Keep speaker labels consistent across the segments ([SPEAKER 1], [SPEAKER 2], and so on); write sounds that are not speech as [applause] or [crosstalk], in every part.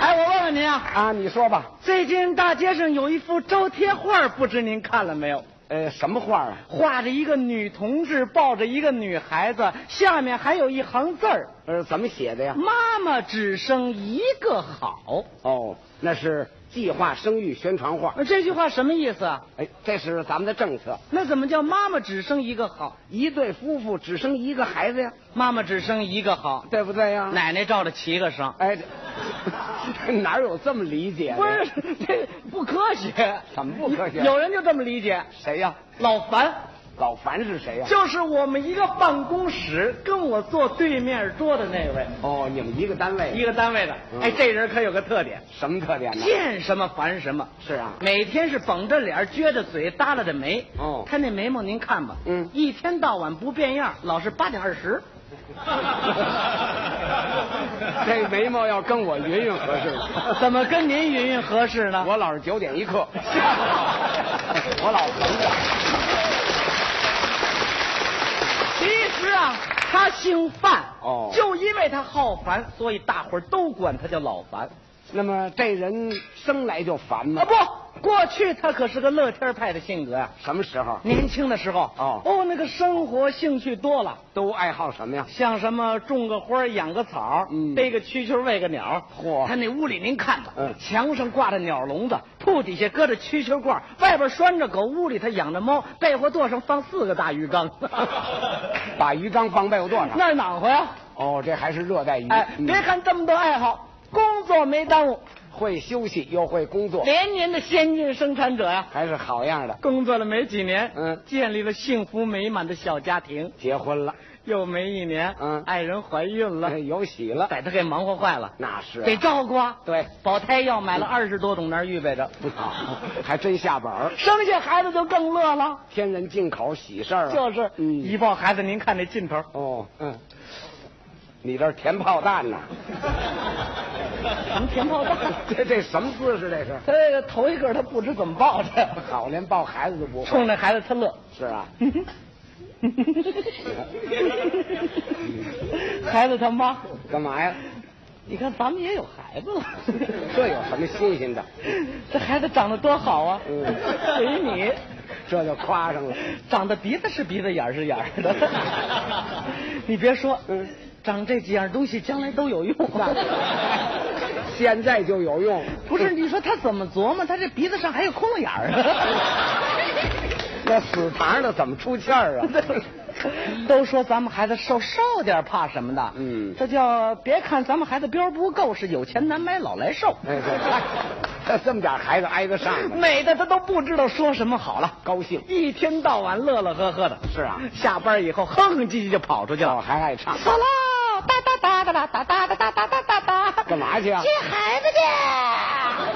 [SPEAKER 1] 哎呀？
[SPEAKER 2] 啊，你说吧，
[SPEAKER 1] 最近大街上有一幅招贴画，不知您看了没有？
[SPEAKER 2] 呃，什么画啊？
[SPEAKER 1] 画着一个女同志抱着一个女孩子，下面还有一行字儿
[SPEAKER 2] 呃，怎么写的：“呀？
[SPEAKER 1] 妈妈只生一个好。呃
[SPEAKER 2] 哦，那是计划生育宣传画。”
[SPEAKER 1] 这句话什么意思啊？
[SPEAKER 2] 哎，这是咱们的政策，
[SPEAKER 1] 那怎么叫妈妈只生一个好？
[SPEAKER 2] 一对夫妇只生一个孩子呀，
[SPEAKER 1] 妈妈只生一个好，
[SPEAKER 2] 对不对呀？
[SPEAKER 1] 奶奶照着七个生，
[SPEAKER 2] 哎，这 [laughs] 哪有这么理解的？
[SPEAKER 1] 不是这不科学，
[SPEAKER 2] [laughs] 怎么不科学
[SPEAKER 1] 有人就这么理解。
[SPEAKER 2] 谁呀？
[SPEAKER 1] 老樊
[SPEAKER 2] 老樊是谁呀？
[SPEAKER 1] 就是我们一个办公室跟我坐对面桌的那位，
[SPEAKER 2] 哦，你们一个单位，
[SPEAKER 1] 一个单位的。
[SPEAKER 2] 嗯
[SPEAKER 1] 哎，这人可有个特点，
[SPEAKER 2] 什么特点呢？
[SPEAKER 1] 见什么烦什么。
[SPEAKER 2] 是啊， [laughs]
[SPEAKER 1] 每天是绷着脸、撅着嘴、耷拉着眉。
[SPEAKER 2] 哦
[SPEAKER 1] 他那眉毛您看吧，
[SPEAKER 2] 嗯
[SPEAKER 1] 一天到晚不变样，老是八点二十。 [laughs]
[SPEAKER 2] 这眉毛要跟我云云合适吗？
[SPEAKER 1] 怎么跟您云云合适呢？
[SPEAKER 2] 我老是九点
[SPEAKER 1] [laughs]
[SPEAKER 2] 一刻，我老疼
[SPEAKER 1] 其实啊，他姓范，
[SPEAKER 2] 哦
[SPEAKER 1] 就因为他好烦，所以大伙儿都管他叫老樊。
[SPEAKER 2] 那么这人生来就烦吗
[SPEAKER 1] 啊，？不，过去他可是个乐天派的性格啊。
[SPEAKER 2] 什么时候
[SPEAKER 1] 年轻的时候，
[SPEAKER 2] 哦
[SPEAKER 1] 哦，那个生活兴趣多了，
[SPEAKER 2] 都爱好什么呀？
[SPEAKER 1] 像什么种个花、养个草、
[SPEAKER 2] 嗯
[SPEAKER 1] 逮个蛐蛐、喂个鸟。
[SPEAKER 2] 嚯
[SPEAKER 1] 他那屋里您看吧，
[SPEAKER 2] 嗯
[SPEAKER 1] 墙上挂着鸟笼子，铺底下搁着蛐蛐罐，外边拴着狗，屋里他养着猫，被窝垛上放四个大鱼
[SPEAKER 2] [laughs]
[SPEAKER 1] 缸。
[SPEAKER 2] 把鱼缸放被窝垛上。
[SPEAKER 1] 那儿暖和呀、
[SPEAKER 2] 哦，这还是热带鱼。
[SPEAKER 1] 哎，
[SPEAKER 2] 嗯
[SPEAKER 1] 别看这么多爱好，工作没耽误，
[SPEAKER 2] 会休息又会工作，
[SPEAKER 1] 连年的先进生产者呀、
[SPEAKER 2] 还是好样的。
[SPEAKER 1] 工作了没几年，
[SPEAKER 2] 嗯
[SPEAKER 1] 建立了幸福美满的小家庭，
[SPEAKER 2] 结婚了，
[SPEAKER 1] 又没一年，
[SPEAKER 2] 嗯
[SPEAKER 1] 爱人怀孕了，
[SPEAKER 2] 有喜了，
[SPEAKER 1] 把他给忙活坏了，
[SPEAKER 2] 那是啊
[SPEAKER 1] 得照顾啊。
[SPEAKER 2] 对， [laughs]
[SPEAKER 1] 保胎药买了二十多种，那儿预备着，
[SPEAKER 2] 啊还真下本儿，
[SPEAKER 1] [laughs] 生下孩子就更乐了，
[SPEAKER 2] 天人进口喜事儿啊。
[SPEAKER 1] 就是，
[SPEAKER 2] 嗯，
[SPEAKER 1] 一抱孩子，您看这劲 [laughs] 头，
[SPEAKER 2] 哦，嗯，你这是填炮弹
[SPEAKER 1] [laughs]
[SPEAKER 2] 呢、
[SPEAKER 1] 怎么填炮弹？
[SPEAKER 2] 这这什么姿势？这是
[SPEAKER 1] [laughs] 他这个头一个他不知怎么抱的， [laughs]
[SPEAKER 2] 好，连抱孩子都不会。
[SPEAKER 1] 冲着孩子他乐。 [laughs]
[SPEAKER 2] 是啊，
[SPEAKER 1] 孩子他妈，
[SPEAKER 2] 干嘛呀？
[SPEAKER 1] 你看咱们也有孩子了，
[SPEAKER 2] 这有什么新鲜的？
[SPEAKER 1] [laughs] 这孩子长得多好啊！
[SPEAKER 2] 嗯
[SPEAKER 1] 随你，
[SPEAKER 2] 这就夸上了。
[SPEAKER 1] [laughs] 长得鼻子是鼻子，眼儿是眼儿的。 [laughs] 你别说，呃
[SPEAKER 2] 嗯
[SPEAKER 1] 长这几样东西将来都有用啊。 [laughs]
[SPEAKER 2] 现在就有用，
[SPEAKER 1] 不是，你说他怎么琢磨？他这鼻子上还有窟窿眼儿啊！
[SPEAKER 2] 那死堂的怎么出气儿啊？
[SPEAKER 1] [laughs] 都说咱们孩子瘦瘦点儿怕什么的？
[SPEAKER 2] 嗯
[SPEAKER 1] 这叫别看咱们孩子膘不够，是有钱难买老来瘦。
[SPEAKER 2] 哎，这这么点孩子挨得上吗？
[SPEAKER 1] 美的他都不知道说什么好了，
[SPEAKER 2] 高兴
[SPEAKER 1] 一天到晚乐乐呵呵的。
[SPEAKER 2] 是啊
[SPEAKER 1] 下班以后哼哼唧唧就跑出去
[SPEAKER 2] 我
[SPEAKER 1] 了。
[SPEAKER 2] 哦还爱唱，
[SPEAKER 1] 好啦，哒哒哒哒哒哒哒哒哒哒哒哒哒，
[SPEAKER 2] 干嘛去啊
[SPEAKER 1] 接？孩子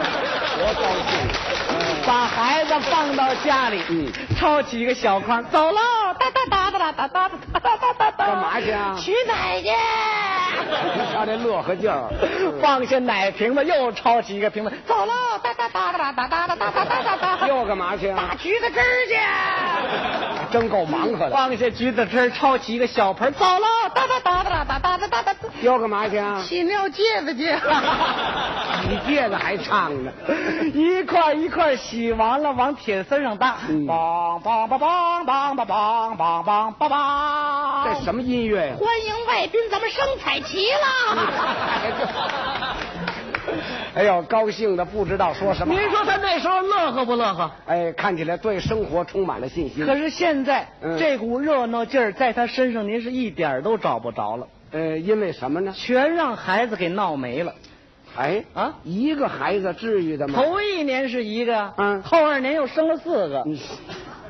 [SPEAKER 1] 去。
[SPEAKER 2] 多高兴！
[SPEAKER 1] 把孩子放到家里，
[SPEAKER 2] 嗯，
[SPEAKER 1] 抄起一个小筐，走喽，哒哒哒哒哒哒哒哒哒哒哒哒，
[SPEAKER 2] 干嘛去啊
[SPEAKER 1] 取奶去。
[SPEAKER 2] 你嗯瞧这乐呵劲儿，
[SPEAKER 1] [laughs] 放下奶瓶子，又抄起一个瓶子，走喽，哒哒哒哒哒哒哒哒哒哒哒哒，
[SPEAKER 2] 又干嘛去啊
[SPEAKER 1] 打？橘子汁儿
[SPEAKER 2] 真够忙活
[SPEAKER 1] 去。
[SPEAKER 2] 的，
[SPEAKER 1] 放下橘子汁儿，抄起一个小盆儿，走喽，哒哒哒哒哒哒哒哒哒哒，
[SPEAKER 2] 又干嘛去啊？
[SPEAKER 1] 洗尿戒子去。
[SPEAKER 2] 你戒指还唱呢？
[SPEAKER 1] 一块一块洗完了，往铁丝上搭，
[SPEAKER 2] 嗯
[SPEAKER 1] 梆梆梆梆梆梆梆梆梆梆梆。
[SPEAKER 2] 这什么音乐呀？
[SPEAKER 3] 欢迎外宾，咱们生彩旗啦！
[SPEAKER 2] [laughs] 哎呦，高兴的不知道说什么。
[SPEAKER 1] 您说他那时候乐呵不乐呵？
[SPEAKER 2] 哎，看起来对生活充满了信心。
[SPEAKER 1] 可是现在、
[SPEAKER 2] 嗯
[SPEAKER 1] 这股热闹劲儿在他身上，您是一点儿都找不着了，
[SPEAKER 2] 呃，因为什么呢？
[SPEAKER 1] 全让孩子给闹没了。
[SPEAKER 2] 哎
[SPEAKER 1] 啊
[SPEAKER 2] 一个孩子至于的吗？
[SPEAKER 1] 头啊一年是一个，
[SPEAKER 2] 嗯
[SPEAKER 1] 后二年又生了四个，
[SPEAKER 2] 你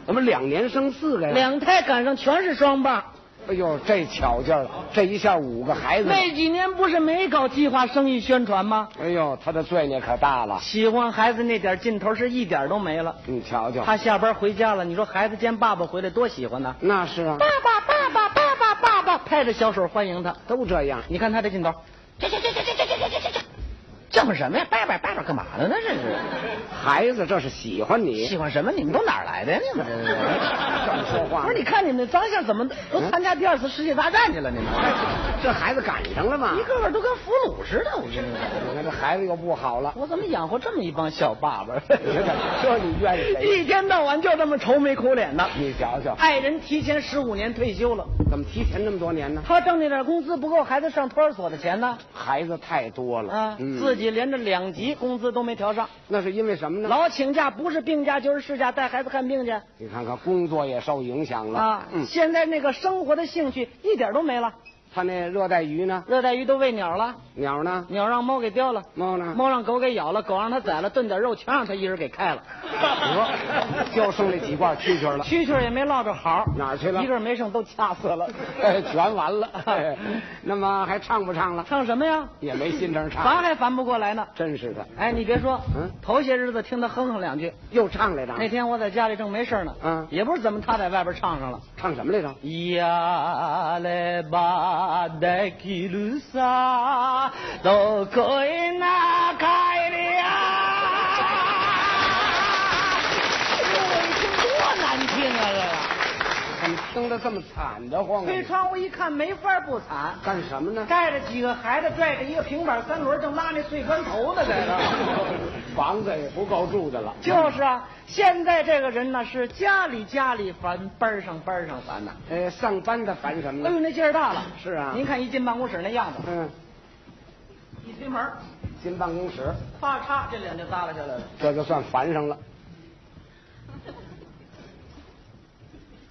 [SPEAKER 2] 怎么两年生四个呀？
[SPEAKER 1] 两胎赶上全是双棒。
[SPEAKER 2] 哎呦，这巧劲儿，这一下五个孩子。
[SPEAKER 1] 那几年不是没搞计划生育宣传吗？
[SPEAKER 2] 哎呦，他的罪孽可大了。
[SPEAKER 1] 喜欢孩子那点劲头是一点儿都没了。
[SPEAKER 2] 你瞧瞧，
[SPEAKER 1] 他下班回家了，你说孩子见爸爸回来多喜欢呢？
[SPEAKER 2] 那是啊，
[SPEAKER 1] 爸爸，爸爸，爸爸，爸爸，拍着小手欢迎他。
[SPEAKER 2] 都这样。
[SPEAKER 1] 你看他这劲头，
[SPEAKER 3] 这这这这这这这这这这
[SPEAKER 1] 这么什么呀？拜拜拜拜，干嘛呢？那这是
[SPEAKER 2] 孩子这是喜欢
[SPEAKER 1] 喜
[SPEAKER 2] 你，
[SPEAKER 1] 欢什么？你们都哪儿来的呀？你们这是
[SPEAKER 2] 这么说话呢
[SPEAKER 1] 不是，你看你们脏相怎么都参加第二次世界大战去了？你们、
[SPEAKER 2] 这孩子赶上了吗？
[SPEAKER 1] 一个个都跟俘虏似的，我跟你说，
[SPEAKER 2] 你看这孩子又不好了，
[SPEAKER 1] 我怎么养活这么一帮小爸爸？
[SPEAKER 2] 你看这你怨谁？
[SPEAKER 1] 一天到晚就这么愁眉苦脸的。
[SPEAKER 2] 你瞧瞧，
[SPEAKER 1] 爱人提前十五年退休了，
[SPEAKER 2] 怎么提前那么多年呢？
[SPEAKER 1] 他挣那点工资不够孩子上托儿所的钱呢。
[SPEAKER 2] 孩子太多了，
[SPEAKER 1] 啊，
[SPEAKER 2] 嗯
[SPEAKER 1] 自己连着两级工资都没调上，
[SPEAKER 2] 那是因为什么呢？
[SPEAKER 1] 老请假不是病假就是事假，带孩子看病去
[SPEAKER 2] 你看看工作也受影响了
[SPEAKER 1] 啊。
[SPEAKER 2] 嗯，
[SPEAKER 1] 现在那个生活的兴趣一点都没了，
[SPEAKER 2] 他那热带鱼呢？
[SPEAKER 1] 热带鱼都喂鸟了，
[SPEAKER 2] 鸟呢？
[SPEAKER 1] 鸟让猫给叼了，
[SPEAKER 2] 猫呢？
[SPEAKER 1] 猫让狗给咬了，狗让它宰了，炖点肉全让他一人给开了，
[SPEAKER 2] [laughs] 得，就剩这几罐蛐蛐了，
[SPEAKER 1] 蛐蛐也没落着好，
[SPEAKER 2] 哪儿去了
[SPEAKER 1] 一个没剩都掐死了。
[SPEAKER 2] [laughs] 哎， [laughs] 全完了。 [laughs] 哎那么还唱不唱
[SPEAKER 1] [laughs]
[SPEAKER 2] 了？
[SPEAKER 1] 唱什么呀？
[SPEAKER 2] 也没心
[SPEAKER 1] [laughs]
[SPEAKER 2] 情
[SPEAKER 1] 烦
[SPEAKER 2] 唱，
[SPEAKER 1] 还烦不过来呢。
[SPEAKER 2] 真是的，
[SPEAKER 1] 哎，你别说，
[SPEAKER 2] 啊嗯
[SPEAKER 1] 头些日子听他哼哼两句，
[SPEAKER 2] 又唱来着。
[SPEAKER 1] 那天我在家里正没事儿呢，
[SPEAKER 2] 嗯
[SPEAKER 1] 也不知怎么他在外边唱上了。
[SPEAKER 2] 唱什么来着？
[SPEAKER 1] やればできるさどこへな帰り哎や多难听啊！
[SPEAKER 2] 怎么听着这么惨的慌
[SPEAKER 1] 这个
[SPEAKER 2] 啊
[SPEAKER 1] 推窗户一看，没法不惨。
[SPEAKER 2] 干什么 [laughs] 呢？
[SPEAKER 1] 带着几个孩子，拽着一个平板三轮，正拉那碎砖头呢，在那儿。
[SPEAKER 2] [laughs] 房子也不够住的了，
[SPEAKER 1] 就是啊，现在这个人呢，是家里家里烦，班上班上烦呐、
[SPEAKER 2] 呃，上班的烦什么
[SPEAKER 1] 哎呦，
[SPEAKER 2] 呢？
[SPEAKER 1] 那劲儿大了。
[SPEAKER 2] 是啊
[SPEAKER 1] 您看一进办公室那样子，
[SPEAKER 2] 嗯，
[SPEAKER 1] 一推门，
[SPEAKER 2] 进办公室，
[SPEAKER 1] 咔嚓，这脸就耷拉下来了。
[SPEAKER 2] 这就算烦上了。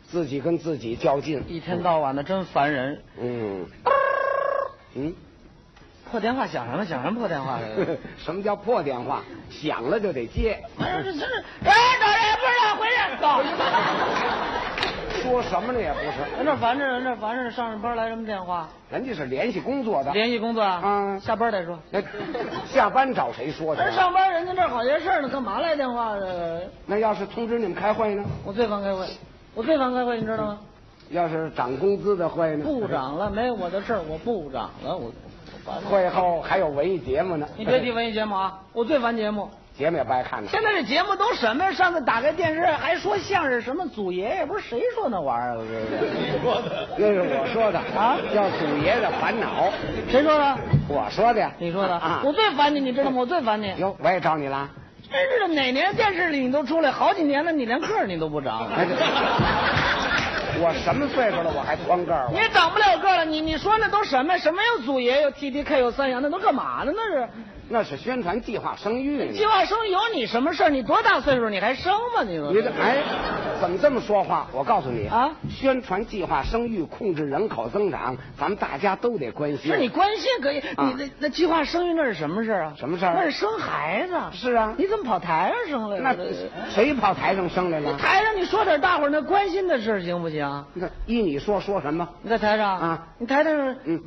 [SPEAKER 2] 自己跟自己较劲，
[SPEAKER 1] 一天到晚的真烦人， [laughs]
[SPEAKER 2] 嗯嗯，
[SPEAKER 1] 破电话响什么？响什么破电 [laughs] 话？
[SPEAKER 2] [laughs] 什么叫破电话？响了就得接，
[SPEAKER 1] 这这这，哎，找人不知道回去 [laughs] 走。
[SPEAKER 2] 说什么呢也不是，
[SPEAKER 1] 人这烦着人这烦着，上着班来什么电话？
[SPEAKER 2] 人家是联系工作的，
[SPEAKER 1] 联系工作啊？
[SPEAKER 2] 嗯
[SPEAKER 1] 下班再说。
[SPEAKER 2] 那下班找谁说去
[SPEAKER 1] 人
[SPEAKER 2] 啊？
[SPEAKER 1] 上班人家这儿好些事儿呢，干嘛来电话的？
[SPEAKER 2] 那要是通知你们开会呢？
[SPEAKER 1] 我最烦开会，我最烦开会，你知道吗？
[SPEAKER 2] 要是涨工资的会呢？
[SPEAKER 1] 部长了，没有我的事儿，我部长了，我我烦了。
[SPEAKER 2] [laughs] 会后还有文艺节目呢，
[SPEAKER 1] 你别提文艺节目啊，我最烦节目。
[SPEAKER 2] [laughs] 节目也不爱看呢。
[SPEAKER 1] 现在这节目都什么呀？上次打开电视还说相声，什么祖爷爷，不是谁说那玩意儿了？这
[SPEAKER 2] [laughs]
[SPEAKER 1] 是
[SPEAKER 2] 那是我说的
[SPEAKER 1] 啊
[SPEAKER 2] 叫祖爷的烦恼，
[SPEAKER 1] 谁说的？
[SPEAKER 2] 我说的呀。
[SPEAKER 1] 你说的？
[SPEAKER 2] 啊
[SPEAKER 1] 我最烦你，你知道吗？我最烦你。
[SPEAKER 2] 哟，我也找你了。
[SPEAKER 1] 真是的，哪年电视里你都出来，好几年了，你连个儿你都不长，
[SPEAKER 2] [laughs] 哎这我什么岁数了，我还光个儿
[SPEAKER 1] 你？也长不了个儿了。你你说那都什么呀？什么有祖爷，有 T D K，有三阳，那都干嘛呢？那是
[SPEAKER 2] 那是宣传计划生育呢
[SPEAKER 1] 计。划生育有你什么事儿？你多大岁数你还生吗？你说
[SPEAKER 2] 你这哎，怎么这么说话？我告诉你
[SPEAKER 1] 啊，
[SPEAKER 2] 宣传计划生育、控制人口增长，咱们大家都得关心。
[SPEAKER 1] 是你关心可以，
[SPEAKER 2] 啊
[SPEAKER 1] 你那那计划生育那是什么事儿啊？
[SPEAKER 2] 什么事儿
[SPEAKER 1] 那是生孩子。
[SPEAKER 2] 是啊
[SPEAKER 1] 你怎么跑台上生来
[SPEAKER 2] 那
[SPEAKER 1] 了？
[SPEAKER 2] 谁跑台上生来了？
[SPEAKER 1] 台上你说点大伙儿那关心的事儿行不行？
[SPEAKER 2] 那依你说说什么？
[SPEAKER 1] 你在台上
[SPEAKER 2] 啊，
[SPEAKER 1] 你台上，
[SPEAKER 2] 嗯，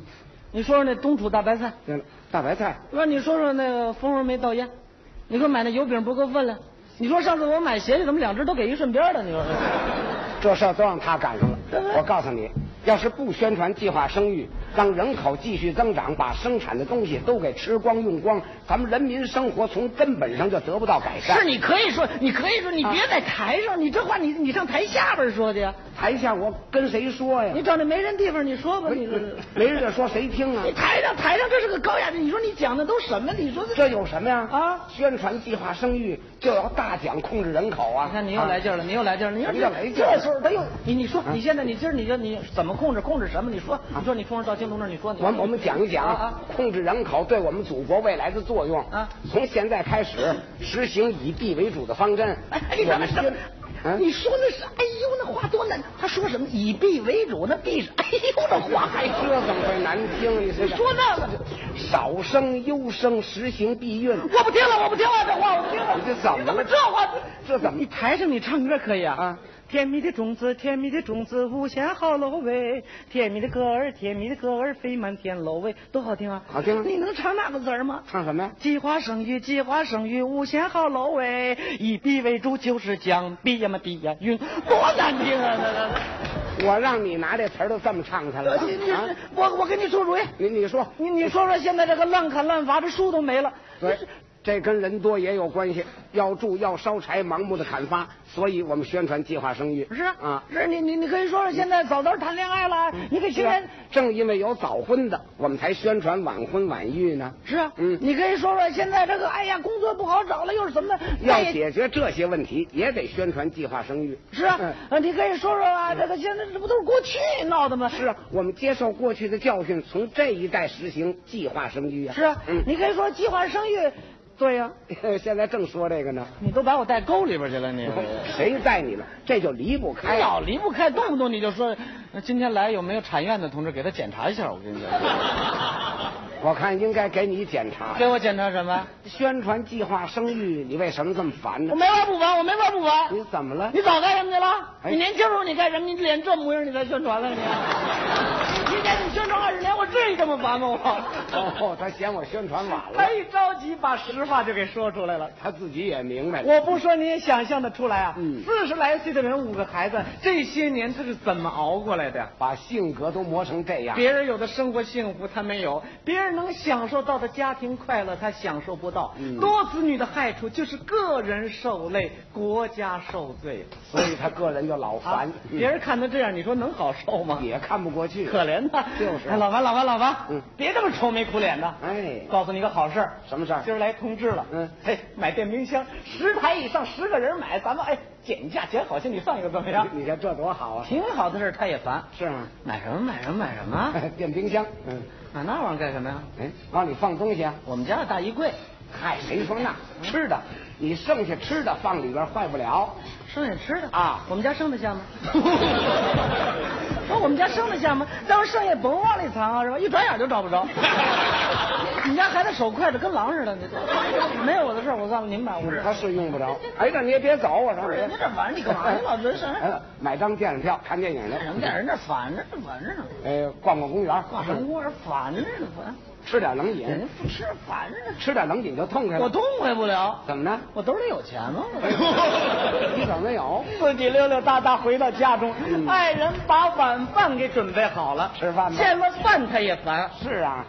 [SPEAKER 1] 你说说那冬储大白菜，
[SPEAKER 2] 对了大白菜。
[SPEAKER 1] 说你说说那个蜂窝煤倒烟，你说买那油饼不够分量，你说上次我买鞋去怎么两只都给一顺边儿的？你说
[SPEAKER 2] 这事儿都让他赶上了
[SPEAKER 1] 对不。对
[SPEAKER 2] 我告诉你，要是不宣传计划生育，让人口继续增长，把生产的东西都给吃光用光，咱们人民生活从根本上就得不到改善。
[SPEAKER 1] 是你可以说，你可以说，你
[SPEAKER 2] 啊
[SPEAKER 1] 别在台上，你这话你你上台下边儿说去呀，啊
[SPEAKER 2] 台下我跟谁说呀
[SPEAKER 1] 你？找那没人地方你说吧，
[SPEAKER 2] 没
[SPEAKER 1] 你说。
[SPEAKER 2] 没人说谁听啊
[SPEAKER 1] 你？台上台上这是个高雅的，你说你讲的都什么？你说这
[SPEAKER 2] 这有什么呀？
[SPEAKER 1] 啊
[SPEAKER 2] 宣传计划生育就要大讲控制人口啊！
[SPEAKER 1] 你看你又来
[SPEAKER 2] 啊
[SPEAKER 1] 劲儿了，你又来劲儿了，你又
[SPEAKER 2] 什么叫来劲儿
[SPEAKER 1] 这时候他又你你说
[SPEAKER 2] 啊
[SPEAKER 1] 你现在你今儿你就你怎么控制控制什么？你说你说你控制到京东那儿你说你
[SPEAKER 2] 我们我们讲一讲
[SPEAKER 1] 啊啊
[SPEAKER 2] 控制人口对我们祖国未来的作用
[SPEAKER 1] 啊
[SPEAKER 2] 从现在开始实行以地为主的方针。
[SPEAKER 1] 哎，你
[SPEAKER 2] 我
[SPEAKER 1] 什么
[SPEAKER 2] 们
[SPEAKER 1] 什么
[SPEAKER 2] 先？嗯
[SPEAKER 1] 你说那是哎呦那话多难，他说什么以弊为主，那弊是哎呦那话还
[SPEAKER 2] 这怎么会难听？你是
[SPEAKER 1] 说那个，
[SPEAKER 2] 少生优生，实行避孕。
[SPEAKER 1] 我不听了，我不听了，这话我不听了。
[SPEAKER 2] 你这怎么
[SPEAKER 1] 你
[SPEAKER 2] 了
[SPEAKER 1] 哎怎么这话？
[SPEAKER 2] 这怎么
[SPEAKER 1] 你台上你唱歌可以啊？
[SPEAKER 2] 啊。
[SPEAKER 1] 甜蜜的种子，甜蜜的种子无限好喽喂，甜蜜的歌儿，甜蜜的歌儿飞满天楼喂，多好听啊！
[SPEAKER 2] 好听啊
[SPEAKER 1] 你能唱那个词儿吗？
[SPEAKER 2] 唱什么呀？
[SPEAKER 1] 计划生育，计划生育无限好喽喂，以避为主就是将避呀嘛避呀晕，多难听啊！那那
[SPEAKER 2] 我让你拿这词儿都这么唱它了
[SPEAKER 1] 呃你
[SPEAKER 2] 啊！
[SPEAKER 1] 我我跟你说主意，
[SPEAKER 2] 你你说，
[SPEAKER 1] 你你说说，现在这个滥砍滥伐，这树都没了。
[SPEAKER 2] 对，这跟人多也有关系。要住要烧柴，盲目的砍伐，所以我们宣传计划生育。
[SPEAKER 1] 是
[SPEAKER 2] 啊，
[SPEAKER 1] 是你你你可以说说，现在早早谈恋爱了，你可以
[SPEAKER 2] 是
[SPEAKER 1] 现
[SPEAKER 2] 啊
[SPEAKER 1] 在
[SPEAKER 2] 正因为有早婚的，我们才宣传晚婚晚育呢。
[SPEAKER 1] 是啊，
[SPEAKER 2] 嗯
[SPEAKER 1] 你可以说说现在这个，哎呀，工作不好找了，又是怎么的？哎那
[SPEAKER 2] 要
[SPEAKER 1] 也
[SPEAKER 2] 解决这些问题，也得宣传计划生育。
[SPEAKER 1] 是啊
[SPEAKER 2] 嗯，
[SPEAKER 1] 呃你可以说说啊，这个现在这不都是过去闹的吗？
[SPEAKER 2] 是啊，我们接受过去的教训，从这一代实行计划生育啊。
[SPEAKER 1] 是啊，
[SPEAKER 2] 嗯，
[SPEAKER 1] 你可以说计划生育，对呀，
[SPEAKER 2] [laughs] 现在正说这个呢。哎
[SPEAKER 1] 你都把我带沟里边去 [laughs] 了，你
[SPEAKER 2] 谁带你了？这就离不开
[SPEAKER 1] 你老离不开，动不动你就说呃今天来有没有产院的同志，给他检查一下。我跟你 [laughs] 讲，
[SPEAKER 2] 我看应该给你检查
[SPEAKER 1] 给我检查什么？
[SPEAKER 2] 宣传计划生育，你为什么这么烦
[SPEAKER 1] 我
[SPEAKER 2] 呢？
[SPEAKER 1] 没法不烦，我没法不烦。
[SPEAKER 2] 你怎么了？
[SPEAKER 1] 你早干什么去了？
[SPEAKER 2] 哎
[SPEAKER 1] 你年轻时候你干什么？你脸这模样，你才宣传了你。今天你宣传二十年，我至于这么烦吗？我。 [laughs]
[SPEAKER 2] 哦，他嫌我宣传晚
[SPEAKER 1] 他
[SPEAKER 2] 了，
[SPEAKER 1] 一着急，把实话就给说出来了。
[SPEAKER 2] 他自己也明白了。
[SPEAKER 1] 我不说你也想象得出来啊
[SPEAKER 2] 嗯，
[SPEAKER 1] 四十来岁的人，五个孩子，这些年他是怎么熬过来的呀？
[SPEAKER 2] 把性格都磨成这样，
[SPEAKER 1] 别人有的生活幸福他没有，别人能享受到的家庭快乐他享受不到。
[SPEAKER 2] 嗯
[SPEAKER 1] 多子女的害处就是个人受累，国家受罪。
[SPEAKER 2] 所以他个人就老
[SPEAKER 1] 啊
[SPEAKER 2] 烦，，嗯
[SPEAKER 1] 别人看他这样，你说能好受吗？
[SPEAKER 2] 也看不过去。
[SPEAKER 1] 可怜他，
[SPEAKER 2] 就是
[SPEAKER 1] 哎老樊，老樊，老樊，
[SPEAKER 2] 嗯
[SPEAKER 1] 别这么愁眉苦脸的。
[SPEAKER 2] 哎
[SPEAKER 1] 告诉你个好事儿，
[SPEAKER 2] 什么事儿
[SPEAKER 1] 今儿来同志了，
[SPEAKER 2] 嗯
[SPEAKER 1] 嘿，买电冰箱，十台以上，十个人买，咱们哎减价减好些，你算一个怎么样？
[SPEAKER 2] 你你看这多好啊！
[SPEAKER 1] 挺好的事儿，他也烦。
[SPEAKER 2] 是吗？
[SPEAKER 1] 买什么买什么买什么
[SPEAKER 2] [laughs]
[SPEAKER 1] 啊？
[SPEAKER 2] 电冰箱，嗯，
[SPEAKER 1] 买那玩意儿干什么呀？
[SPEAKER 2] 哎，往里放东西啊。
[SPEAKER 1] 我们家有大衣柜，嗯
[SPEAKER 2] 嗨，谁说那吃的？你剩下吃的放里边坏不了。
[SPEAKER 1] 剩下吃的
[SPEAKER 2] 啊
[SPEAKER 1] 我们家剩得
[SPEAKER 2] [laughs]
[SPEAKER 1] 下吗？说我们家剩得下吗？到时候剩下甭往里藏啊，是吧？一转眼就找
[SPEAKER 2] [laughs]
[SPEAKER 1] 不着。你家孩子手快的跟狼似的，你没有我的事儿，我告诉您吧，我
[SPEAKER 2] 他是用不着。哎，那你也别走，我说
[SPEAKER 1] 不是
[SPEAKER 2] 别
[SPEAKER 1] 你这玩意儿你干嘛呀老真是
[SPEAKER 2] [laughs] 哎买张电影票看电影去。
[SPEAKER 1] 人家人那烦着呢，烦着呢，
[SPEAKER 2] 哎，逛逛公园，
[SPEAKER 1] 挂什么窝儿烦着呢，烦，
[SPEAKER 2] 吃点冷
[SPEAKER 1] 人家
[SPEAKER 2] 饮，
[SPEAKER 1] 不吃烦着呢，
[SPEAKER 2] 吃点冷饮就痛快了。
[SPEAKER 1] 我痛快不了，
[SPEAKER 2] 怎么
[SPEAKER 1] [laughs]
[SPEAKER 2] 呢？
[SPEAKER 1] 我兜里有钱
[SPEAKER 2] [laughs]
[SPEAKER 1] 吗？
[SPEAKER 2] 你怎么没有？
[SPEAKER 1] 自己溜溜达达回到家中，
[SPEAKER 2] 嗯
[SPEAKER 1] 爱人把晚饭给准备好了，
[SPEAKER 2] 吃饭吧
[SPEAKER 1] 见了饭他也烦，
[SPEAKER 2] 是啊，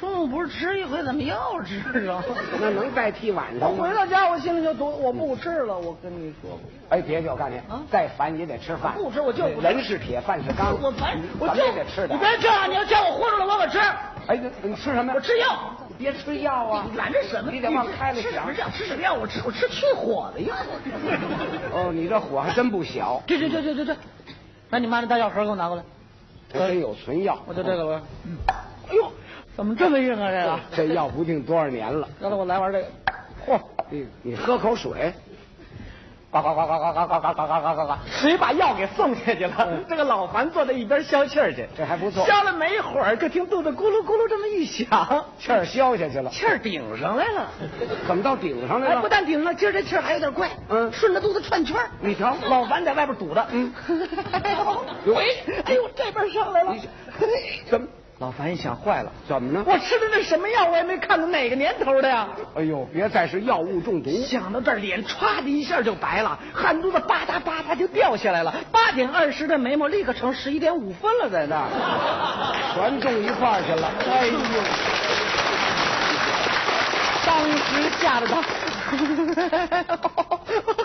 [SPEAKER 1] 中午不是吃一回，怎么又吃
[SPEAKER 2] [laughs]
[SPEAKER 1] 啊？
[SPEAKER 2] 那能代替晚
[SPEAKER 1] 我
[SPEAKER 2] 上吗
[SPEAKER 1] 回？到家，我心里就堵，我不吃了。我跟你说，
[SPEAKER 2] 哎，别介，我告诉你
[SPEAKER 1] 啊，
[SPEAKER 2] 再烦也得吃饭。
[SPEAKER 1] 不吃我就不吃
[SPEAKER 2] 人是铁，饭是钢。
[SPEAKER 1] 我烦，我
[SPEAKER 2] 嗯咱
[SPEAKER 1] 就
[SPEAKER 2] 们也得吃
[SPEAKER 1] 你
[SPEAKER 2] 点。
[SPEAKER 1] 别这样，你要叫我豁出来，我可吃，
[SPEAKER 2] 哎，你你吃什么呀？
[SPEAKER 1] 我吃药。
[SPEAKER 2] 你别吃药啊！
[SPEAKER 1] 你拦着什么？
[SPEAKER 2] 你得往开了
[SPEAKER 1] 吃什
[SPEAKER 2] 想
[SPEAKER 1] 么。药？吃什么药？我吃我吃去火的药。 [laughs]
[SPEAKER 2] 哦，你这火还真不小，
[SPEAKER 1] 这这这这这这，把你妈那大药盒给我拿过来，
[SPEAKER 2] 还真有存药。
[SPEAKER 1] 我就这个
[SPEAKER 2] 哦
[SPEAKER 1] 我。哎呦，怎么这么硬啊这个？
[SPEAKER 2] 这药不定多少年了。
[SPEAKER 1] 要不我来玩这个。
[SPEAKER 2] 嚯，你你喝口水，呱呱呱呱呱呱呱呱呱呱呱呱，
[SPEAKER 1] 谁把药给送下去了？这个老樊坐在一边消气儿去，
[SPEAKER 2] 嗯这还不错
[SPEAKER 1] 消了没一会儿，就听肚子咕噜咕噜这么一响，
[SPEAKER 2] 气儿消下去了。
[SPEAKER 1] 气儿顶上来了。
[SPEAKER 2] 嗯怎么到顶上来
[SPEAKER 1] 哎，
[SPEAKER 2] 了
[SPEAKER 1] 不？但顶上，今儿这气儿还有点怪，
[SPEAKER 2] 嗯
[SPEAKER 1] 顺着肚子串圈儿。
[SPEAKER 2] 你瞧，
[SPEAKER 1] 老樊在外边堵着，
[SPEAKER 2] 嗯
[SPEAKER 1] 哎呦，喂，哎呦，这边上来了
[SPEAKER 2] 你。怎么
[SPEAKER 1] 老樊一想，坏了，
[SPEAKER 2] 怎么呢？
[SPEAKER 1] 我吃的那什么药，我也没看到哪个年头的呀。
[SPEAKER 2] 哎呦，别再是药物中毒。
[SPEAKER 1] 想到这儿，脸歘的一下就白了，汗珠子吧嗒吧嗒就掉下来了。八点二十的眉毛立刻成十一点五分了，在那儿。
[SPEAKER 2] [laughs] 全种一块儿去了。哎呦，
[SPEAKER 1] 当时吓得他，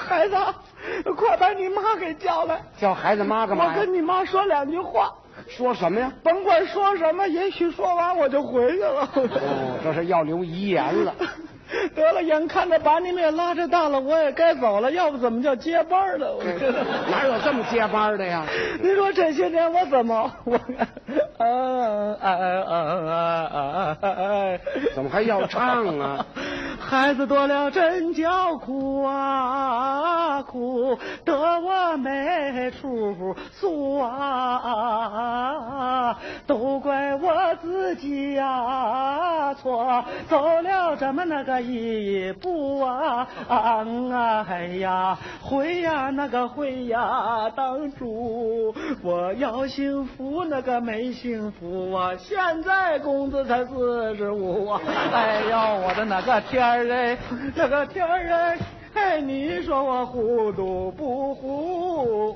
[SPEAKER 1] 孩子，快把你妈给叫来，
[SPEAKER 2] 叫孩子妈干
[SPEAKER 1] 我
[SPEAKER 2] 嘛呀？
[SPEAKER 1] 跟你妈说两句话。
[SPEAKER 2] 说什么呀？
[SPEAKER 1] 甭管说什么，也许说完我就回去了。
[SPEAKER 2] 哦，这是要留遗言 [laughs] 了。
[SPEAKER 1] [laughs] 得了，眼看着把你们也拉扯大了，我也该走了，要不怎么叫接班了？我
[SPEAKER 2] 哪有这么接班的呀？
[SPEAKER 1] [laughs] 您说这些年我怎么我啊啊啊啊啊！
[SPEAKER 2] 怎么还要唱啊？
[SPEAKER 1] [laughs] 孩子多了真叫苦啊苦，得我没处诉啊，都怪我自己呀、错走了这么那个一步啊，啊啊哎呀，
[SPEAKER 4] [laughs]
[SPEAKER 1] 会呀那个会呀，当初我要幸福那个没幸福啊，现在工资才四十五啊，哎呦我的那个天儿哎，那个天儿哎。
[SPEAKER 4] 哎，你说我糊涂不糊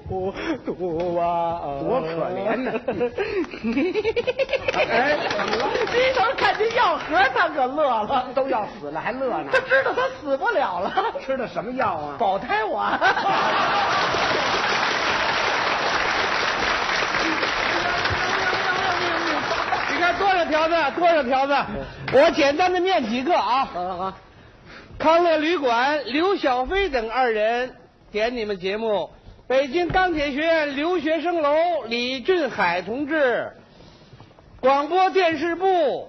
[SPEAKER 4] 涂啊？
[SPEAKER 2] 多可怜呐
[SPEAKER 4] [laughs] 哎，怎么了？低头看见药盒，他可乐了，
[SPEAKER 2] [laughs] 都要死了还乐呢
[SPEAKER 4] 他？知道他死不了了，
[SPEAKER 2] 吃的什么药啊？
[SPEAKER 4] 保胎我。你看多少条子，多少条子，我简单的念几个啊。
[SPEAKER 2] 啊
[SPEAKER 4] 康乐旅馆刘小飞等二人点你们节目，北京钢铁学院留学生楼李俊海同志，广播电视部，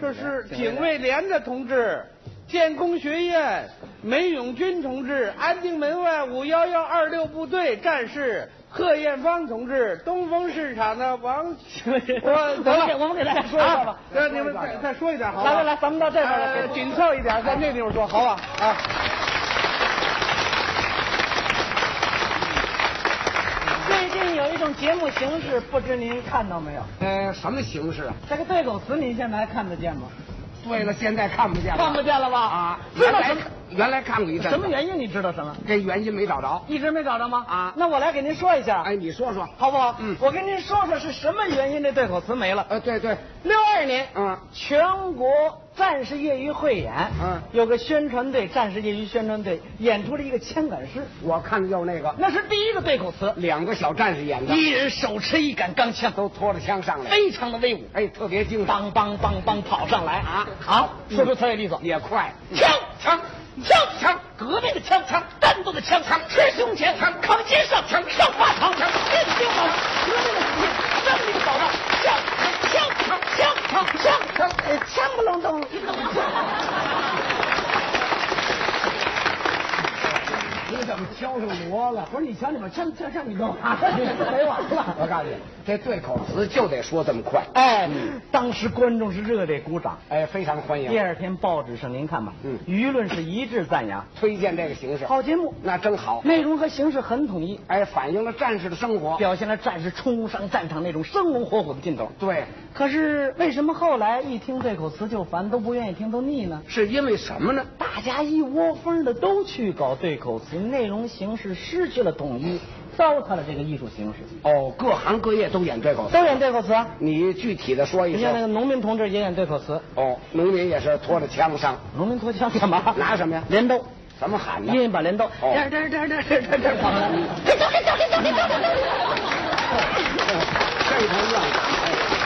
[SPEAKER 4] 这是警卫连的同志，建工学院梅永军同志，安定门外五幺幺二六部队战士贺艳芳同志，东风市场的
[SPEAKER 1] [laughs]
[SPEAKER 4] 王，我
[SPEAKER 1] 我们给我们给大家说一下吧
[SPEAKER 4] 啊让你们再再说一点好吧
[SPEAKER 1] 来来来，咱们到这边来
[SPEAKER 4] 呃，紧凑一点，在那地方说，好吧？啊。
[SPEAKER 1] 最近有一种节目形式，不知您看到没有？
[SPEAKER 2] 呃，什么形式啊？
[SPEAKER 1] 这个对狗词，您现在还看得见吗？
[SPEAKER 2] 对了，现在看不见了。
[SPEAKER 1] 看不见了吧？
[SPEAKER 2] 啊，
[SPEAKER 1] 知
[SPEAKER 2] 原
[SPEAKER 1] 道
[SPEAKER 2] 来
[SPEAKER 1] 什么
[SPEAKER 2] 原来看过一阵子，
[SPEAKER 1] 什么原因？你知道什么？
[SPEAKER 2] 这原因没找着。
[SPEAKER 1] 一直没找着吗？
[SPEAKER 2] 啊
[SPEAKER 1] 那我来给您说一下，
[SPEAKER 2] 哎，你说说。
[SPEAKER 1] 好不好？
[SPEAKER 2] 嗯
[SPEAKER 1] 我跟您说说是什么原因这对口词没了。
[SPEAKER 2] 呃，对对，
[SPEAKER 1] 六二年，
[SPEAKER 2] 嗯
[SPEAKER 1] 全国战士业余汇演，
[SPEAKER 2] 嗯
[SPEAKER 1] 有个宣传队，战士业余宣传队演出了一个枪杆诗，
[SPEAKER 2] 我看就那个
[SPEAKER 1] 那是第一个对口词，
[SPEAKER 2] 两个小战士演的，
[SPEAKER 1] 一人手持一杆钢枪，
[SPEAKER 2] 嗯都拖着枪上来，
[SPEAKER 1] 非常的威武。
[SPEAKER 2] 哎，特别精神，
[SPEAKER 1] 梆梆梆梆跑上来
[SPEAKER 2] 啊
[SPEAKER 1] 好，说出词儿也利索。
[SPEAKER 2] 也快。
[SPEAKER 1] 枪枪枪枪，革命的枪枪，战斗的枪枪，吃胸前枪，扛肩上枪，上发膛枪，认兵保障，革命的使命，胜利的保障，枪枪枪枪枪枪枪，呃枪不隆咚。
[SPEAKER 2] 你怎么挑上我了？
[SPEAKER 1] 不是你瞧你们枪枪枪，你啊干嘛？哎没完
[SPEAKER 2] 我告诉你，这对口词就得说这么快。
[SPEAKER 1] 哎，当时观众是热烈鼓掌。
[SPEAKER 2] 哎，非常欢迎
[SPEAKER 1] 第。二天报纸上您看吧，
[SPEAKER 2] 嗯
[SPEAKER 1] 舆论是一致赞扬，
[SPEAKER 2] 推荐这个形式，
[SPEAKER 1] 好节目，
[SPEAKER 2] 那真好。
[SPEAKER 1] 内容和形式很统一，
[SPEAKER 2] 哎，反映了战士的生活。
[SPEAKER 1] 表现了战士冲上战场那种生龙活虎的劲头。
[SPEAKER 2] 对，
[SPEAKER 1] 可是为什么后来一听这口词就烦，都不愿意听，都腻呢？
[SPEAKER 2] 是因为什么呢？
[SPEAKER 1] 大家一窝蜂的都去搞对口词，内容形式失去了统一，糟蹋了这个艺术形式。
[SPEAKER 2] 哦，各行各业都演对口词。
[SPEAKER 1] 都演对口词啊，
[SPEAKER 2] 你具体的说
[SPEAKER 1] 你
[SPEAKER 2] 一
[SPEAKER 1] 像那个
[SPEAKER 2] 说。
[SPEAKER 1] 农民同志也演对口词，
[SPEAKER 2] 哦，农民也是拖着枪上，
[SPEAKER 1] 农民脱枪 [laughs] 干嘛？
[SPEAKER 2] 拿什么呀？
[SPEAKER 1] 镰刀，
[SPEAKER 2] 怎么喊
[SPEAKER 1] 一人
[SPEAKER 2] 呢？
[SPEAKER 1] 一把镰刀，
[SPEAKER 2] 哦
[SPEAKER 1] 这这这这这这这跑了。
[SPEAKER 2] 这头乱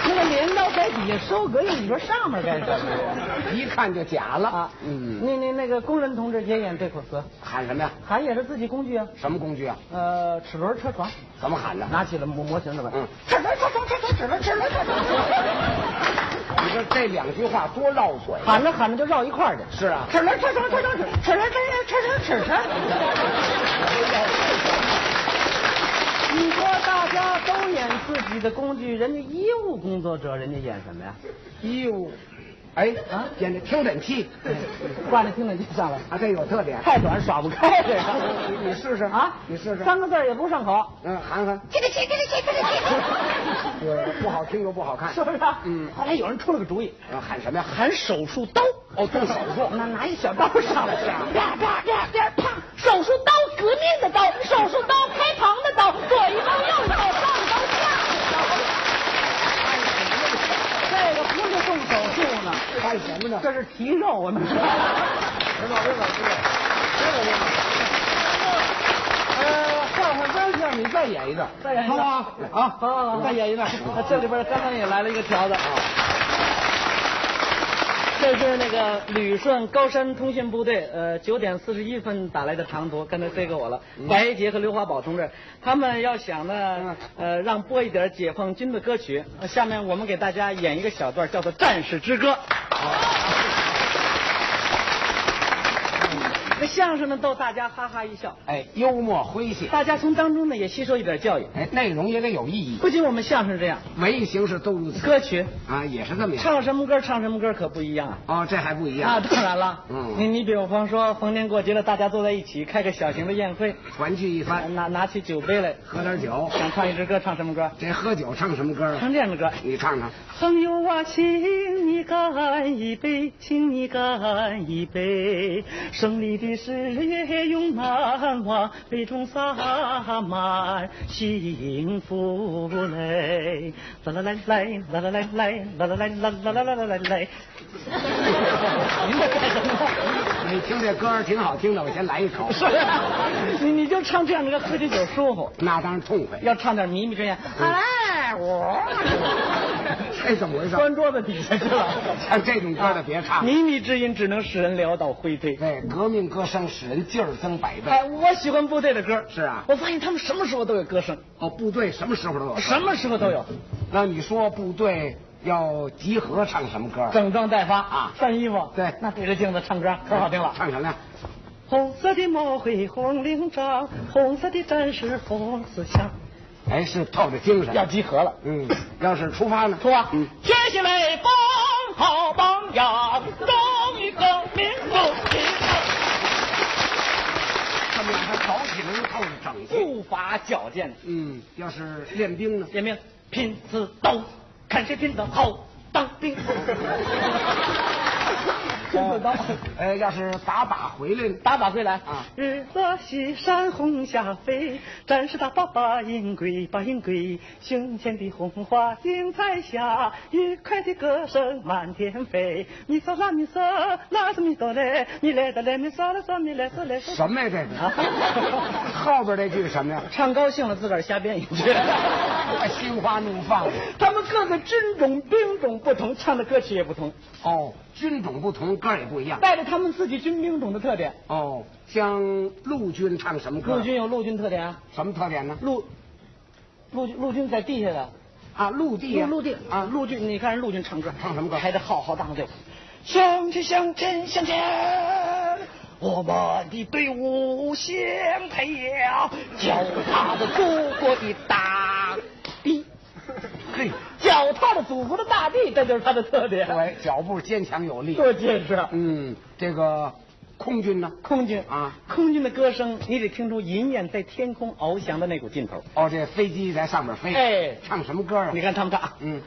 [SPEAKER 1] 那个镰刀在底下收割用，你说上面干什么呀？
[SPEAKER 2] 喊，一看就假了。
[SPEAKER 1] 啊，
[SPEAKER 2] 嗯，
[SPEAKER 1] 那那那个工人同志也演对口词，
[SPEAKER 2] 喊什么呀？
[SPEAKER 1] 喊也是自己工具啊，
[SPEAKER 2] 什么工具啊？
[SPEAKER 1] 呃，齿轮车床。
[SPEAKER 2] 怎么喊的？
[SPEAKER 1] 拿起了模模型的吧，
[SPEAKER 2] 嗯
[SPEAKER 1] 齿轮车床，齿轮齿轮齿轮车床，
[SPEAKER 2] 你说这两句话多绕嘴。啊
[SPEAKER 1] 喊着喊着就绕一块儿去，
[SPEAKER 2] 是啊，
[SPEAKER 1] 齿轮车床车床齿齿轮齿轮齿轮齿轮。你说大家都演自己的工具，人家医务工作者人家演什么呀？
[SPEAKER 2] 衣服，哎
[SPEAKER 1] 啊
[SPEAKER 2] 演的听诊器
[SPEAKER 1] 挂着听诊器上来，
[SPEAKER 2] 啊，这有特点。
[SPEAKER 1] 太短耍不开了呀！
[SPEAKER 2] 你你试试
[SPEAKER 1] 啊，
[SPEAKER 2] 你试试
[SPEAKER 1] 三个字儿也不上口，
[SPEAKER 2] 嗯，喊喊，
[SPEAKER 1] 这个这个这个这
[SPEAKER 2] 对，不好听又不好看。
[SPEAKER 1] 是不是啊？
[SPEAKER 2] 嗯
[SPEAKER 1] 后来有人出了个主意，
[SPEAKER 2] 啊喊什么呀？
[SPEAKER 1] 喊手术刀。
[SPEAKER 2] 哦，动手
[SPEAKER 1] [laughs]
[SPEAKER 2] 术。
[SPEAKER 1] 拿拿一小刀上来，
[SPEAKER 5] 啪啪啪啪啪！手术刀，革命的刀，手术刀，开膛的刀，左一刀，右一刀，上一刀，下一刀。
[SPEAKER 1] 这个不是动手术呢，
[SPEAKER 2] 干什么呢？
[SPEAKER 1] 这是提肉啊呢。
[SPEAKER 2] 知道知道知道。
[SPEAKER 4] 呃，换换方向，你再演一段，
[SPEAKER 1] 再演一
[SPEAKER 4] 好
[SPEAKER 1] 段
[SPEAKER 4] 不好？啊，
[SPEAKER 1] 好好好
[SPEAKER 4] 再演一段。
[SPEAKER 1] 那这里边刚刚也来了一个条子啊，这是那个旅顺高山通讯部队，呃，九点四十一分打来的长途，刚才塞给我了。白一杰和刘华宝同志，他们要想呢，呃，让播一点解放军的歌曲。呃下面我们给大家演一个小段，叫做《战士之歌》。那相声呢，逗大家哈哈一笑，
[SPEAKER 2] 哎，幽默诙谐，
[SPEAKER 1] 大家从当中呢也吸收一点教育。
[SPEAKER 2] 哎，内容也得有意义。
[SPEAKER 1] 不仅我们相声这样，
[SPEAKER 2] 文艺形式都如此
[SPEAKER 1] 歌曲
[SPEAKER 2] 啊，也是这么样。
[SPEAKER 1] 唱什么歌唱什么歌可不一样啊。
[SPEAKER 2] 哦，这还不一
[SPEAKER 1] 那
[SPEAKER 2] 样。
[SPEAKER 1] 当然了，
[SPEAKER 2] 嗯
[SPEAKER 1] 你你比方说逢年过节了，大家坐在一起开个小型的宴会，
[SPEAKER 2] 团聚一番，
[SPEAKER 1] 拿拿起酒杯来，
[SPEAKER 2] 喝点酒。
[SPEAKER 1] 想唱一支歌，唱什么歌？
[SPEAKER 2] 这喝酒唱什么歌啊？
[SPEAKER 1] 唱这样的歌。
[SPEAKER 2] 你唱唱。
[SPEAKER 4] 朋友啊，请你干一杯，请你干一杯，胜利的
[SPEAKER 1] 历史
[SPEAKER 2] [laughs]
[SPEAKER 1] 也永难忘，杯中洒满幸福泪。啦啦啦来，啦啦啦来，啦啦啦啦啦啦啦啦啦来。
[SPEAKER 3] 您在干什么？
[SPEAKER 2] 你哎听这歌儿挺好听的，我先来一首。
[SPEAKER 3] 你你就唱这样的歌，喝起酒舒服。
[SPEAKER 2] 那当然痛快。
[SPEAKER 3] 要唱点迷迷之音，好嘞，我
[SPEAKER 2] 这怎么回事？
[SPEAKER 3] 翻桌子底下去了。
[SPEAKER 2] 像这种歌的别唱。
[SPEAKER 3] 靡靡之音只能使人潦倒灰飞。
[SPEAKER 2] 对，革命歌声使人劲儿增百倍。
[SPEAKER 3] 哎，我喜欢部队的歌。
[SPEAKER 2] 是啊
[SPEAKER 3] 我发现他们什么时候都有歌声，啊
[SPEAKER 2] 哦，部队什么时候都有。
[SPEAKER 3] 什么时候都有，
[SPEAKER 2] 那你说部队要集合唱什么歌？
[SPEAKER 3] 整装待发
[SPEAKER 2] 啊
[SPEAKER 3] 穿衣服
[SPEAKER 2] 对
[SPEAKER 3] 那对着啊镜子唱歌可好听了。
[SPEAKER 2] 唱什么呀？
[SPEAKER 1] 红色的帽徽红领章，红色的战士红四枪。
[SPEAKER 2] 哎，是透着精神。
[SPEAKER 3] 要集合了，
[SPEAKER 2] 嗯，要是出发呢？
[SPEAKER 3] 出啊！
[SPEAKER 2] 嗯，
[SPEAKER 1] 学习为公好榜样，忠于革命不
[SPEAKER 2] 他们俩还搞起来就透着整齐。
[SPEAKER 3] 步伐矫健，
[SPEAKER 2] 嗯，要是练兵呢？
[SPEAKER 3] 练兵拼刺刀，看谁拼得好，当 [laughs] 兵。拼刺刀，
[SPEAKER 2] 哎，要是打靶回来呢？
[SPEAKER 3] 打靶归来
[SPEAKER 2] 啊，
[SPEAKER 1] 日落西山红霞飞，战士打靶把营归，把营归。胸前的红花映彩霞，愉快的歌声满天飞。你嗦啦咪嗦，啦嗦咪哆来，你来的来咪嗦啦嗦咪来嗦来嗦。
[SPEAKER 2] 什么呀？这是？后边这句什么呀？
[SPEAKER 3] [laughs] 唱高兴了自个儿瞎编一句。 [laughs]
[SPEAKER 2] 哎心花怒放。
[SPEAKER 3] 他们各个军种兵种不同，唱的歌曲也不同，
[SPEAKER 2] 哦，军种不同，歌也不一样。
[SPEAKER 3] 带着他们自己军兵种的特点。
[SPEAKER 2] 哦，像陆军唱什么歌？
[SPEAKER 3] 陆军有陆军特点啊，
[SPEAKER 2] 什么特点呢？
[SPEAKER 3] 陆陆军陆军在地下的，
[SPEAKER 2] 啊，陆地
[SPEAKER 3] 陆
[SPEAKER 2] 呀
[SPEAKER 3] 陆地
[SPEAKER 2] 啊，
[SPEAKER 3] 陆军，你看人陆军唱歌，
[SPEAKER 2] 唱什么歌
[SPEAKER 3] 排着浩浩荡荡队伍，向前向前向前，我们的队伍向太阳，脚踏着祖国的大地，
[SPEAKER 2] 嘿，
[SPEAKER 3] 脚踏着祖国的大地，这就是他的特点。
[SPEAKER 2] 对，脚步坚强有力。
[SPEAKER 3] 多结实啊！
[SPEAKER 2] 嗯，这个空军呢？
[SPEAKER 3] 空军
[SPEAKER 2] 啊，
[SPEAKER 3] 空军的歌声，你得听出银燕在天空翱翔的那股劲头。
[SPEAKER 2] 哦，这飞机在上面飞。
[SPEAKER 3] 哎
[SPEAKER 2] 唱什么歌啊？
[SPEAKER 3] [laughs] 你，看他们唱，
[SPEAKER 2] 嗯，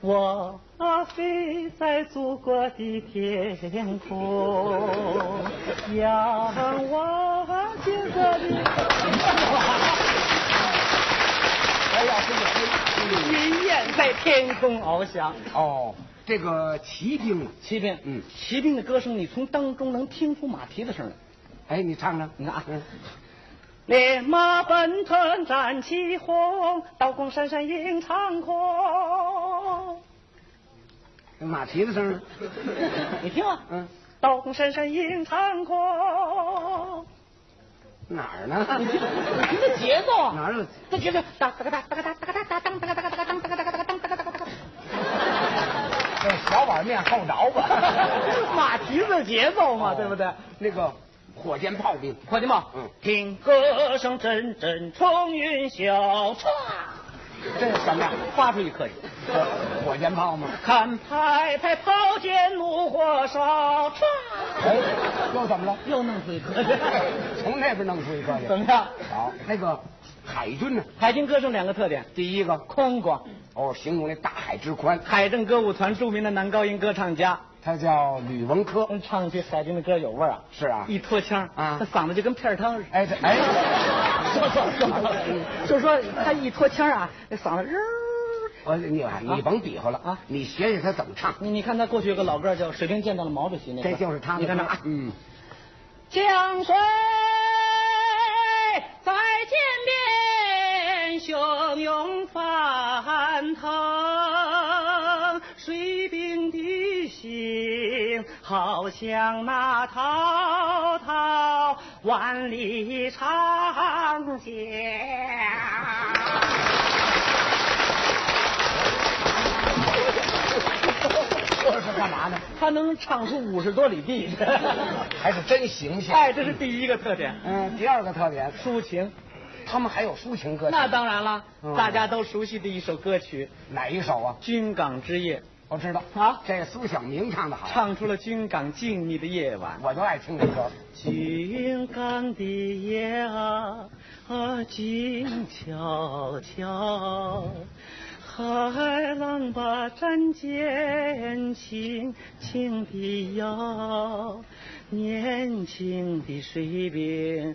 [SPEAKER 1] 我啊飞在祖国的天
[SPEAKER 3] [laughs]
[SPEAKER 1] 空，仰望金色的
[SPEAKER 2] 哎呀，这个飞。
[SPEAKER 3] 银燕在天空翱翔。
[SPEAKER 2] 哦，这个骑兵呢？
[SPEAKER 3] 骑兵，
[SPEAKER 2] 嗯
[SPEAKER 3] 骑兵的歌声，你从当中能听出马蹄的声来。
[SPEAKER 2] 哎，你唱唱。
[SPEAKER 3] 你看啊
[SPEAKER 2] 嗯，
[SPEAKER 1] 烈马奔腾展旗红，刀光闪闪映长空。
[SPEAKER 2] 那马蹄子声呢？
[SPEAKER 3] [laughs] 你听啊，
[SPEAKER 2] 嗯，
[SPEAKER 1] 刀光闪闪映长空。
[SPEAKER 2] 哪儿呢？
[SPEAKER 3] [laughs] 你听这节奏啊，
[SPEAKER 2] 哪儿有？
[SPEAKER 3] 这节奏哒哒哒哒哒哒哒哒当哒哒哒当哒哒哒当哒哒哒哒。
[SPEAKER 2] 哎，小碗面后
[SPEAKER 3] [laughs]
[SPEAKER 2] 着吧。
[SPEAKER 3] 马蹄子节奏嘛，
[SPEAKER 2] 哦
[SPEAKER 3] 对不对？
[SPEAKER 2] 那个火箭炮兵，
[SPEAKER 3] 伙计们，
[SPEAKER 2] 嗯
[SPEAKER 3] 听歌声阵阵冲云霄，唰，
[SPEAKER 2] 这是什么呀？
[SPEAKER 3] 发出一颗去。
[SPEAKER 2] 火箭炮吗？
[SPEAKER 3] 看排排炮舰怒火烧，唰，
[SPEAKER 2] 哎，又怎么了？
[SPEAKER 3] 又弄出一
[SPEAKER 2] [laughs]
[SPEAKER 3] 颗去。
[SPEAKER 2] 从那边弄出一个去。
[SPEAKER 3] 怎么样？
[SPEAKER 2] 好，那个海军呢？
[SPEAKER 3] 海军歌声两个特点，
[SPEAKER 2] 第一个
[SPEAKER 3] 宽广。
[SPEAKER 2] 哦，形容那大海之宽，
[SPEAKER 3] 海政歌舞团著名的男高音歌唱家，
[SPEAKER 2] 他叫吕文科。
[SPEAKER 3] 嗯唱起海军的歌有味儿啊。
[SPEAKER 2] 是啊
[SPEAKER 3] 一脱腔
[SPEAKER 2] 啊
[SPEAKER 3] 他嗓子就跟片儿汤似的。
[SPEAKER 2] 哎，这 [laughs] 哎，
[SPEAKER 3] [laughs] 说错了，说错了，就说他一脱腔啊，那嗓子，
[SPEAKER 2] 我你啊你甭比划了
[SPEAKER 3] 啊
[SPEAKER 2] 你学学他怎么唱，
[SPEAKER 3] 你你看他过去有个老歌叫《水兵见到了毛主席》，那歌
[SPEAKER 2] 这就是他的歌。
[SPEAKER 3] 你看他啊，
[SPEAKER 2] 嗯，
[SPEAKER 1] 江水在天边汹涌翻腾，水兵的心好像那滔滔万里长江。
[SPEAKER 2] 这是干嘛呢？
[SPEAKER 3] 他能唱出五十多里地去。
[SPEAKER 2] 还是真形象。
[SPEAKER 3] [laughs] 哎，这是第一个特点，
[SPEAKER 2] 嗯，第二个特点，
[SPEAKER 3] 抒情。
[SPEAKER 2] 他们还有抒情歌曲。
[SPEAKER 3] 那当然了
[SPEAKER 2] 嗯，
[SPEAKER 3] 大家都熟悉的一首歌曲
[SPEAKER 2] 哪一首啊？
[SPEAKER 3] 《军港之夜
[SPEAKER 2] 我知道
[SPEAKER 3] 啊
[SPEAKER 2] 这苏小明唱的》，好，
[SPEAKER 3] 唱出了军港静谧的夜晚。
[SPEAKER 2] 我就爱听这歌。
[SPEAKER 1] 金港的夜啊，啊静悄悄，海浪把战舰轻轻地摇，年轻的水兵。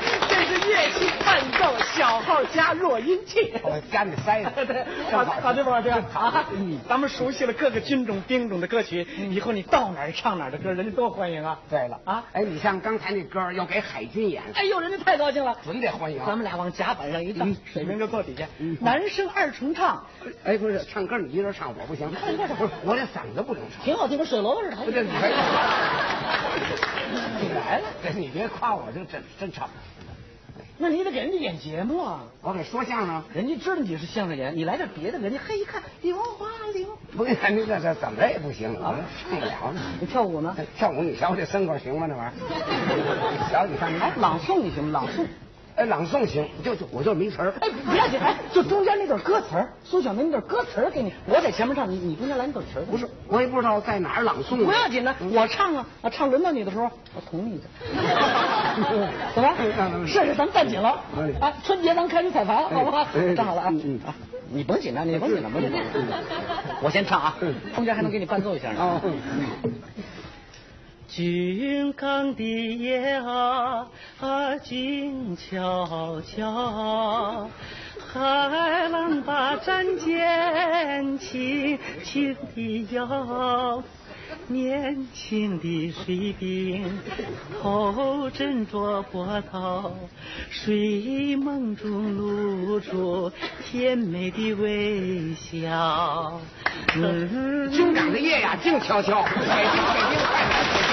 [SPEAKER 3] 这是乐器伴奏，小号加弱音器。，
[SPEAKER 2] 我加你塞子
[SPEAKER 3] [laughs] 对，
[SPEAKER 2] 正
[SPEAKER 3] 好
[SPEAKER 2] 好
[SPEAKER 3] 好，对嗯吧？这样啊
[SPEAKER 2] 嗯，
[SPEAKER 3] 咱们熟悉了各个军种、兵种的歌曲，以后你到哪儿唱哪儿的歌，人家多欢迎啊！
[SPEAKER 2] 对了
[SPEAKER 3] 啊
[SPEAKER 2] 哎，你像刚才那歌儿要给海军演，
[SPEAKER 3] 哎呦，人家太高兴了。
[SPEAKER 2] 准得欢迎。啊
[SPEAKER 3] 咱们俩往甲板上一站
[SPEAKER 2] 嗯，
[SPEAKER 3] 水平就坐底下
[SPEAKER 2] 嗯。
[SPEAKER 3] 男生二重唱，
[SPEAKER 2] 哎，不是唱歌你一人唱，我
[SPEAKER 3] [laughs]
[SPEAKER 2] 不行，不是我这嗓子不能唱。
[SPEAKER 3] 挺好听，跟水楼似的。
[SPEAKER 2] 不是你别， [laughs] 你来了，这你别夸我，这真真唱。
[SPEAKER 3] 那你得给人家演节目啊，
[SPEAKER 2] 我给说相声，
[SPEAKER 3] 人家知道你是相声演员，你来点别的，人家嘿一看，刘花刘，
[SPEAKER 2] 不是你这这怎么着也不行，我上不了呢。
[SPEAKER 3] [laughs] 你跳舞呢？
[SPEAKER 2] 跳舞，你瞧我这身高行吗？这玩意儿，
[SPEAKER 3] [laughs]
[SPEAKER 2] 你瞧你看，
[SPEAKER 3] 哎，朗诵你行吗？朗诵。
[SPEAKER 2] 哎朗诵行，就就我就没词儿。
[SPEAKER 3] 哎，不要紧，哎，就中间那段歌词儿，苏小明那段歌词儿给你，我在前面唱，你你中间来那段词儿。
[SPEAKER 2] 不是，我也不知道在哪儿朗诵。
[SPEAKER 3] 不要紧的，
[SPEAKER 2] 嗯
[SPEAKER 3] 我唱啊，啊，唱轮到你的时候，我捅
[SPEAKER 2] [laughs]
[SPEAKER 3] 你一下，怎么
[SPEAKER 2] 嗯嗯嗯
[SPEAKER 3] 样？是是，咱们站紧了
[SPEAKER 2] 嗯。
[SPEAKER 3] 哎，春节咱们开始彩排，好不好
[SPEAKER 2] 哎哎？
[SPEAKER 3] 站好了啊
[SPEAKER 2] 嗯嗯
[SPEAKER 3] 啊！你甭紧张，你甭紧张，甭紧张
[SPEAKER 2] 嗯。
[SPEAKER 3] 我先唱啊
[SPEAKER 2] 嗯，
[SPEAKER 3] 中间还能给你伴奏一下呢。
[SPEAKER 2] 哦，
[SPEAKER 1] 军港的夜啊，静悄悄，海浪把战舰轻轻地摇。年轻的水兵头枕着波涛，睡梦中露出甜美的微笑。嗯嗯
[SPEAKER 3] 嗯
[SPEAKER 2] [laughs] 军长的夜呀，静悄悄。北京北京快点。